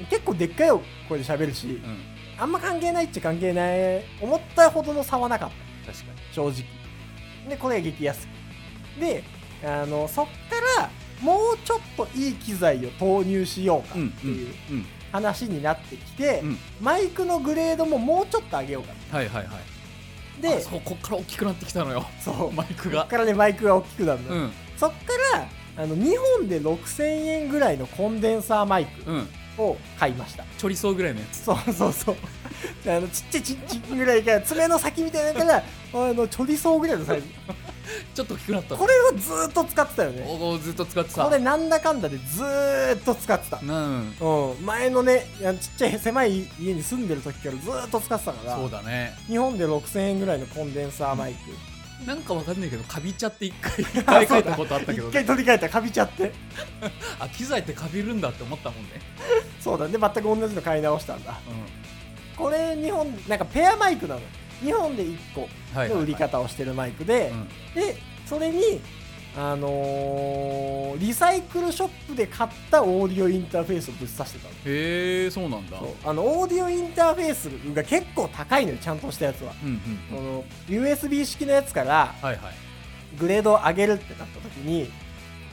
S3: うん
S2: 結構でっかい声で喋るし、
S3: うん
S2: あんま関係ないっちゃ関係ない思ったほどの差はなかった
S3: 確か
S2: 正直でこれが激安であのそっからもうちょっといい機材を投入しようか
S3: に
S2: っていう
S3: うんうん
S2: 話になってきて、
S3: うん
S2: マイクのグレードももうちょっと上げようか
S3: はいはいはい
S2: で
S3: あそうこっから大きくなってきたのよ
S2: そう
S3: マイク
S2: そ
S3: が
S2: っからねマイクが大きくなるの、
S3: うん
S2: そっからあの2本で6000円ぐらいのコンデンサーマイク
S3: うん
S2: を買いました、
S3: チョリソーぐらいのやつ
S2: そうそうそうあのちっちゃいちっちゃいぐらいから爪の先みたいなの からあのちょりそうぐらいのサイズ
S3: ちょっと大きくなった
S2: これをずーっと使ってたよね
S3: おおずっと使ってた
S2: これなんだかんだでずーっと使ってた
S3: うん
S2: うん、前のねあのちっちゃい狭い家に住んでる時からずーっと使ってたから
S3: そうだね
S2: 日本で6000円ぐらいのコンデンサーマイク
S3: なんかわかんないけどカビちゃって一 回買い替えたことあったけど、
S2: 一回取り替えたらかびちゃって
S3: あ機材ってカビるんだって思ったもんね、
S2: そうだね全く同じの買い直したんだ
S3: う
S2: これ日本なんかペアマイクなの日本で1個
S3: ん、はいはいはい
S2: の売り方をしてるマイクで、
S3: うん
S2: でそれにあのーリサイクルショップで買ったオーディオインターフェースをぶっ刺してたの
S3: へえそうなんだ
S2: そうあのオーディオインターフェースが結構高いのよちゃんとしたやつは、
S3: うん
S2: そ
S3: うんうん
S2: の USB 式のやつから
S3: はいはい
S2: グレードを上げるってなった時に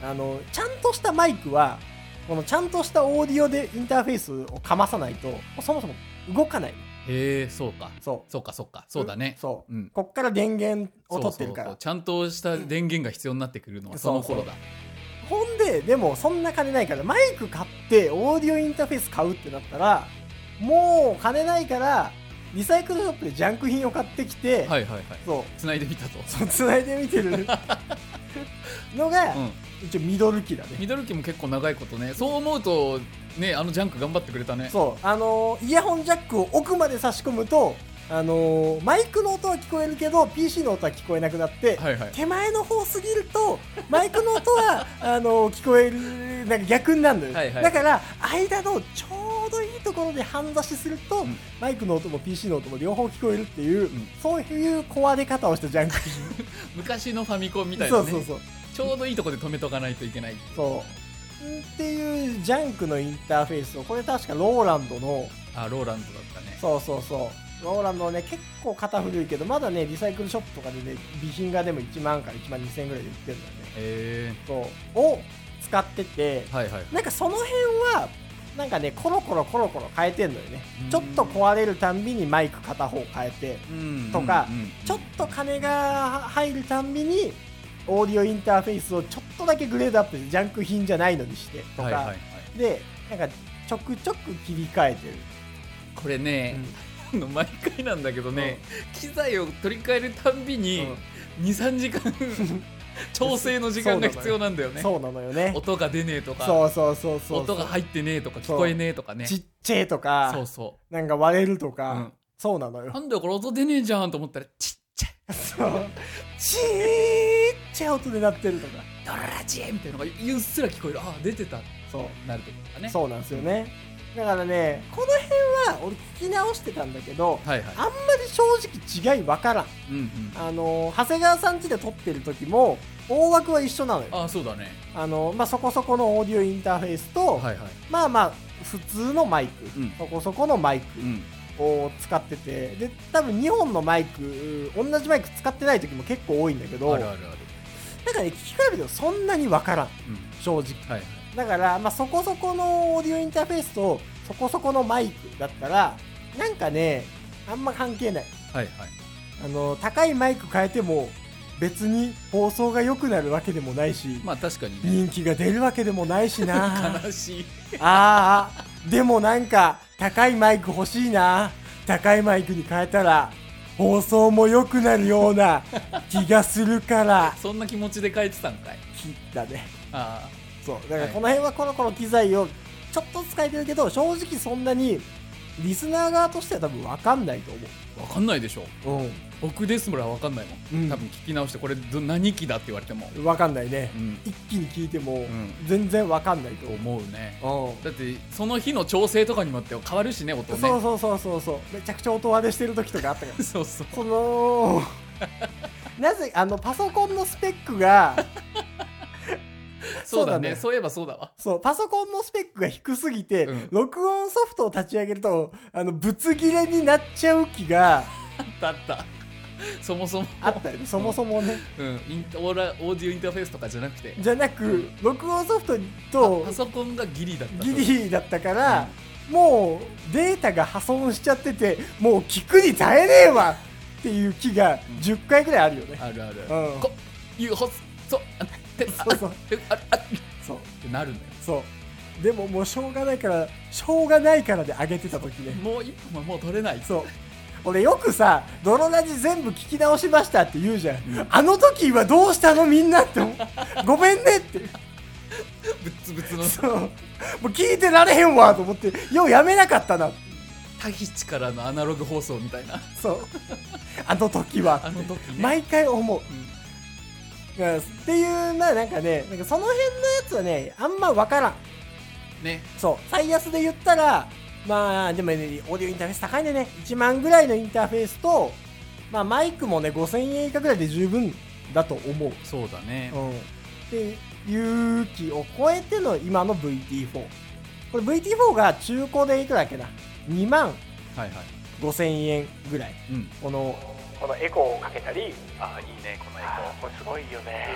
S2: あのちゃんとしたマイクはこのちゃんとしたオーディオでインターフェースをかまさないとそもそも動かない
S3: へえそうか
S2: そう
S3: そうかそうかそうだね
S2: そう、
S3: うん
S2: こっから電源を取ってるから
S3: そうそうそうちゃんとした電源が必要になってくるのはその頃だ
S2: ほんででもそんな金ないからマイク買ってオーディオインターフェース買うってなったらもう金ないからリサイクルショップでジャンク品を買ってきて、
S3: はいはいはい
S2: そ
S3: 繋いでみたと
S2: うそう繋いで見 てるのが、
S3: うん
S2: 一応ミドル機だね
S3: ミドル期も結構長いことねそう思うとねあのジャンク頑張ってくれたね
S2: そうあのーイヤホンジャックを奥まで差し込むとあのーマイクの音は聞こえるけど PC の音は聞こえなくなって、
S3: はいはい
S2: 手前の方すぎるとマイクの音 はあのー聞こえるなんか逆になるのよ、
S3: はいはい
S2: だから間のちょうどいいところで半差しすると、
S3: ん
S2: マイクの音も PC の音も両方聞こえるっていう、
S3: ん
S2: そういう壊れ方をしたジャンク
S3: 昔のファミコンみたい
S2: そ
S3: な
S2: う
S3: ね
S2: そうそう
S3: ちょうどいいとこで止めとかないといけない
S2: そうっていうジャンクのインターフェースをこれ確かローランドの
S3: あローランドだったね
S2: そうそうそう。ローランドはね、結構型古いけど、まだね、リサイクルショップとかでね、備品がでも1万から1万2000円ぐらいで売ってるんだよね。
S3: へ
S2: そう。を使ってて
S3: え、はいはい
S2: なんかその辺は、なんかね、コロコロコロコロ変えてんのよね
S3: うん。
S2: ちょっと壊れるたんびにマイク片方変えて、とかちょっと金が入るたんびに、オーディオインターフェースをちょっとだけグレードアップして、ジャンク品じゃないのにして、と
S3: と
S2: か、
S3: はいはいはい、
S2: で、なんかちょくちょく切り替えてる。
S3: これね、あの毎回なんだけどね、機材を取り替えるたんびに
S2: うん
S3: 23時 間調整の時間が必要なんだよね
S2: そうなのよね。
S3: 音が出ねえとか
S2: そうそうそうそうそう
S3: 音が入ってねえとか聞こえねえとかね
S2: ち
S3: そ
S2: っちゃいとか
S3: うそ
S2: なんか割れるとか、
S3: うん
S2: そうなの
S3: う
S2: よ
S3: なんだよこれ音出ねえじゃんと思ったらちっちゃい
S2: そうちっちゃい音で鳴ってるとか
S3: ドララジエみたいなのがうっすら聞こえるあ出てた
S2: そう
S3: なるとかね
S2: そうなんですよねだからねこの辺は俺聞き直してたんだけど
S3: はいはい
S2: あんまり正直違いわからん
S3: うんうん
S2: あの長谷川さん家で撮ってる時も大枠は一緒なのよ
S3: あそうだね
S2: あの、まあ、そこそこのオーディオインターフェースと、
S3: はいはい
S2: まあまあ普通のマイク、
S3: うん
S2: そこそこのマイク、
S3: うん
S2: を使っててで多分2本のマイク同じマイク使ってない時も結構多いんだけど
S3: ある
S2: だ
S3: あるある
S2: からね聞き比べてもそんなに分からん
S3: うん
S2: 正直
S3: はいはい
S2: だから、まあ、そこそこのオーディオインターフェースとそこそこのマイクだったらなんかねあんま関係ない
S3: はいはい
S2: あの高いマイク変えても別に放送が良くなるわけでもないし、
S3: まあ確かにね
S2: 人気が出るわけでもない しな
S3: 悲しい
S2: あーあでもなんか高いマイク欲しいな高いマイクに変えたら放送も良くなるよう な気がするから
S3: そんな気持ちで書いてたんかい
S2: 切ったね
S3: あ
S2: そうだから
S3: はい
S2: この辺はコロコロ機材をちょっと使えてるけど正直そんなにリスナー側としては多分分かんないと
S3: あ分かんないでしょ
S2: 思う
S3: 僕ですら分かんないもん、
S2: うん
S3: 多分聞き直してこれど何期だって言われても
S2: うん分かんないね、
S3: うん
S2: 一気に聞いても
S3: ん
S2: 全然分かんないと思う、
S3: 思うね
S2: うん
S3: だってその日の調整とかにもって変わるしね音ね
S2: そうそうそうそうそうめちゃくちゃ音割れしてる時とかあったから
S3: そうそう
S2: その なぜあのパソコンのスペックが
S3: そうだ
S2: よ
S3: ね。そういえばそうだわ。
S2: そう、パソコンのスペックが低すぎて、
S3: うん
S2: 録音ソフトを立ち上げると、あの、ぶつ切れになっちゃう気が
S3: だった。そもそも。
S2: あったよね。そもそもね。
S3: うん、インオーラオーディオインターフェースとかじゃなくて
S2: じゃなく、録音ソフトと
S3: パソコンがギリだった
S2: ギリだったから、もうデータが破損しちゃってて、もう聞くに耐えねえわっていう気が10回ぐらいあるよね。
S3: あるある、
S2: うん
S3: こいうほそあてあ
S2: そうそう
S3: ああっっ
S2: そう、
S3: てなるのよ
S2: そう。でももうしょうがないから、しょうがないからで上げてた時ね。
S3: もう一本はもう取れない
S2: そう。俺よくさ、泥ラジ全部聞き直しましたって言うじゃん。あの時はどうしたのみんなって思う。ごめんねって。
S3: ぶっつぶつの
S2: そう。もう聞いてられへんわと思って、ようやめなかったな。
S3: タヒチからのアナログ放送みたいな
S2: そう。あの時は。
S3: あの時ね、
S2: 毎回思う。うんっていう、まあなんかね、なんかその辺のやつはね、あんまわからん。
S3: ね
S2: そう。最安で言ったら、まあでもね、オーディオインターフェース高いんでね、1万ぐらいのインターフェースと、まあマイクもね、5000円以下ぐらいで十分だと思う。
S3: そうだね
S2: うん。で、勇気を超えての今の VT4。これ VT4 が中古でいくらだっけな ?2 万
S3: はいはい
S2: 5000円ぐらい。
S3: うん
S2: この、
S4: このエコーをかけたりああいいねこのエコーこれすごいよね、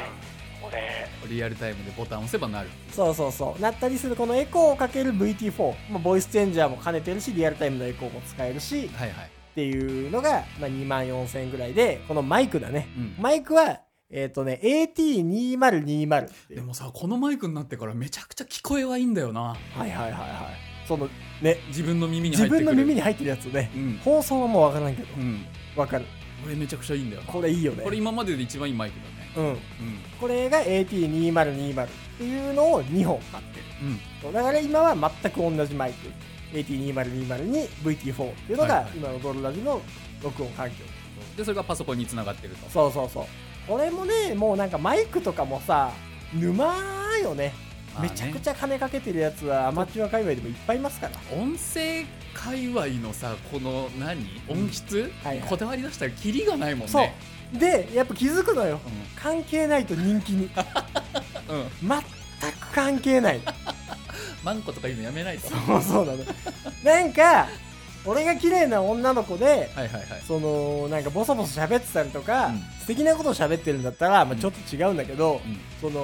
S4: これ
S3: リアルタイムでボタン押せばなる
S2: そうそうそう。なったりするこのエコーをかける VT4。まあ、ボイスチェンジャーも兼ねてるし、リアルタイムのエコーも使えるし、
S3: はいはい
S2: っていうのが、まあ、2万4000円ぐらいで、このマイクだね。
S3: うん
S2: マイクは、えっ、とね、AT2020 ってい
S3: で
S2: う。
S3: もさこのマイクになってからめちゃくちゃ聞こえはいいんだよな
S2: はいはいはいはい。その、ね、
S3: 自分の耳に
S2: 自
S3: 入ってく
S2: 分
S3: る
S2: の耳に入ってるやつね。
S3: うん
S2: 放送はもうわからんけど、
S3: うん
S2: わかる。
S3: これめちゃくちゃいいんだよな
S2: これいいよね。
S3: これ今までで一番いいマイクだね
S2: うん。
S3: う
S2: これが AT2020 っていうのを2本買ってる。
S3: んうん
S2: そうだから今は全く同じマイク AT2020 に VT4 っていうの
S3: はい
S2: が
S3: はい
S2: 今のドロラジの録音環境、
S3: でそれがパソコンにつながってると
S2: そうそうそうこれもねもうなんかマイクとかもさ沼よね
S3: まあ
S2: め
S3: ね
S2: ちゃくちゃ金かけてるやつはアマチュア界隈でもいっぱいいますから
S3: 音声界隈のさこの何音質、
S2: はいはい
S3: こだわり出したらキリがないもんね
S2: そうでやっぱ気づくのよ関係ないと人気 に
S3: うん、うん、
S2: 全く関係ない
S3: マンコとか言うのやめないとは
S2: そうそうなのなんか俺が綺麗な女の子で
S3: いはいはい
S2: そのなんかボソボソ喋ってたりとか、
S3: うん
S2: 素敵なことを喋ってるんだったら、まあ、
S3: うん
S2: ちょっと違うんだけど、
S3: うん
S2: その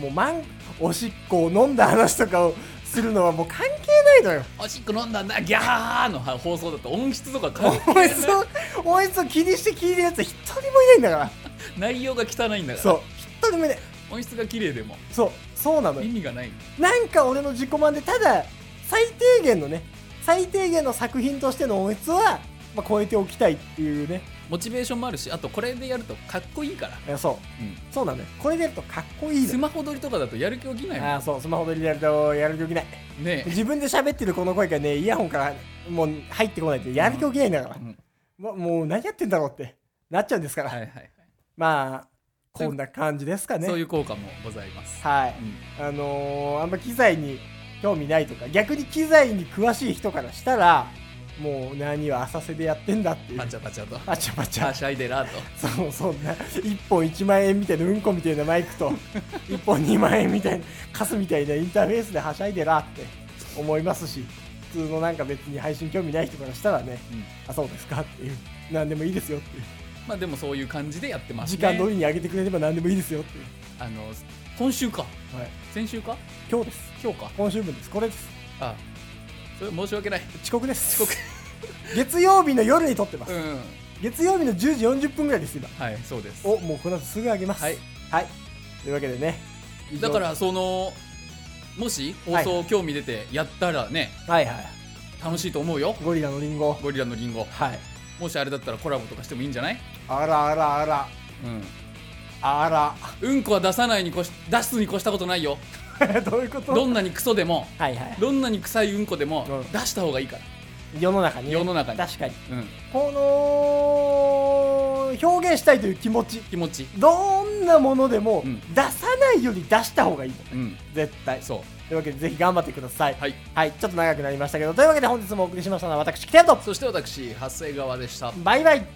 S2: もうマンおしっこを飲んだ話とかをするのはもう関係ないのよ。
S3: おしっこ飲んだんだギャーのは放送だと音質とか関係
S2: おいつをおいつを気にして聞いてるやつは一人もいないんだから
S3: 内容が汚いんだか
S2: そ
S3: ら
S2: う一人もいない
S3: 音質が綺麗でも
S2: そうそうなの
S3: 意
S2: よ
S3: 味がない
S2: なんか俺の自己満でただ最低限のね最低限の作品としての音質は、まあ、超えておきたいっていうね
S3: モチベーションもあるしあとこれでやるとかっこいいから、
S2: いやそう
S3: うん、
S2: そうなのよこれでやるとかっこいい
S3: ス
S2: の
S3: マホ撮りとかだとやる気起きない
S2: あ
S3: も
S2: あそうスマホでやるとやる気起きない
S3: んね
S2: 自分で喋ってるこの声がねイヤホンからもう入ってこないとやる気起きないんだから、
S3: うん
S2: もうもう何やってんだろうってなっちゃうんですから、
S3: はいはいはい、
S2: まあこんな感じですかね
S3: そういう効果もございます、
S2: はい
S3: うん
S2: あのーあんま機材に興味ないとか逆に機材に詳しい人からしたらもう何は浅瀬でやってんだっていう
S3: パチャパチャと
S2: パチャパチ
S3: チャー
S2: ャ
S3: シャイデラーと
S2: そうそんな1本1万円みたいなうんこみたいなマイクと1本2万円みたいなカスみたいなインターフェースではしゃいでらって思いますし普通のなんか別に配信興味ない人からしたらね
S3: うん
S2: あそうですかっていう何でもいいですよっていう
S3: まあでもそういう感じでやってます、ね、
S2: 時間通りに上げてくれれば何でもいいですよっていう、
S3: あの今週か
S2: はい、
S3: 先週か
S2: 今日です
S3: 今日か
S2: 今週分ですこれです
S3: あそれ申し訳ない
S2: 遅刻です
S3: 遅刻
S2: 月曜日の夜に撮ってます、
S3: うん
S2: 月曜日の10時40分ぐらいです今
S3: はいそうです
S2: おもうこの後すぐ上げます
S3: はい、
S2: はい、というわけでね以上
S3: だからそのもし放送興味出てやったらね、
S2: はいはい
S3: 楽しいと思うよ
S2: ゴリラのリンゴ
S3: ゴリラのリンゴ
S2: はい
S3: もしあれだったらコラボとかしてもいいんじゃない
S2: あらあらあらあ
S3: うんうんこは出さないに越し出すに越したことないよ
S2: ら どういうこと
S3: どんなにクソでも
S2: はいはい
S3: どんなに臭いうんこでも
S2: うん
S3: 出した方がいいから
S2: 世の中にね
S3: 世の中に
S2: 確かに
S3: うん
S2: この表現したいという気持ち
S3: 気持ち
S2: どんなものでも
S3: うん
S2: 出さないより出した方がいいの
S3: うん
S2: 絶対
S3: そう
S2: というわけでぜひ頑張ってください
S3: はい
S2: はい、ちょっと長くなりましたけどというわけで本日もお送りしましたのは私キテヤと
S3: そして私長谷川でした
S2: バイバイ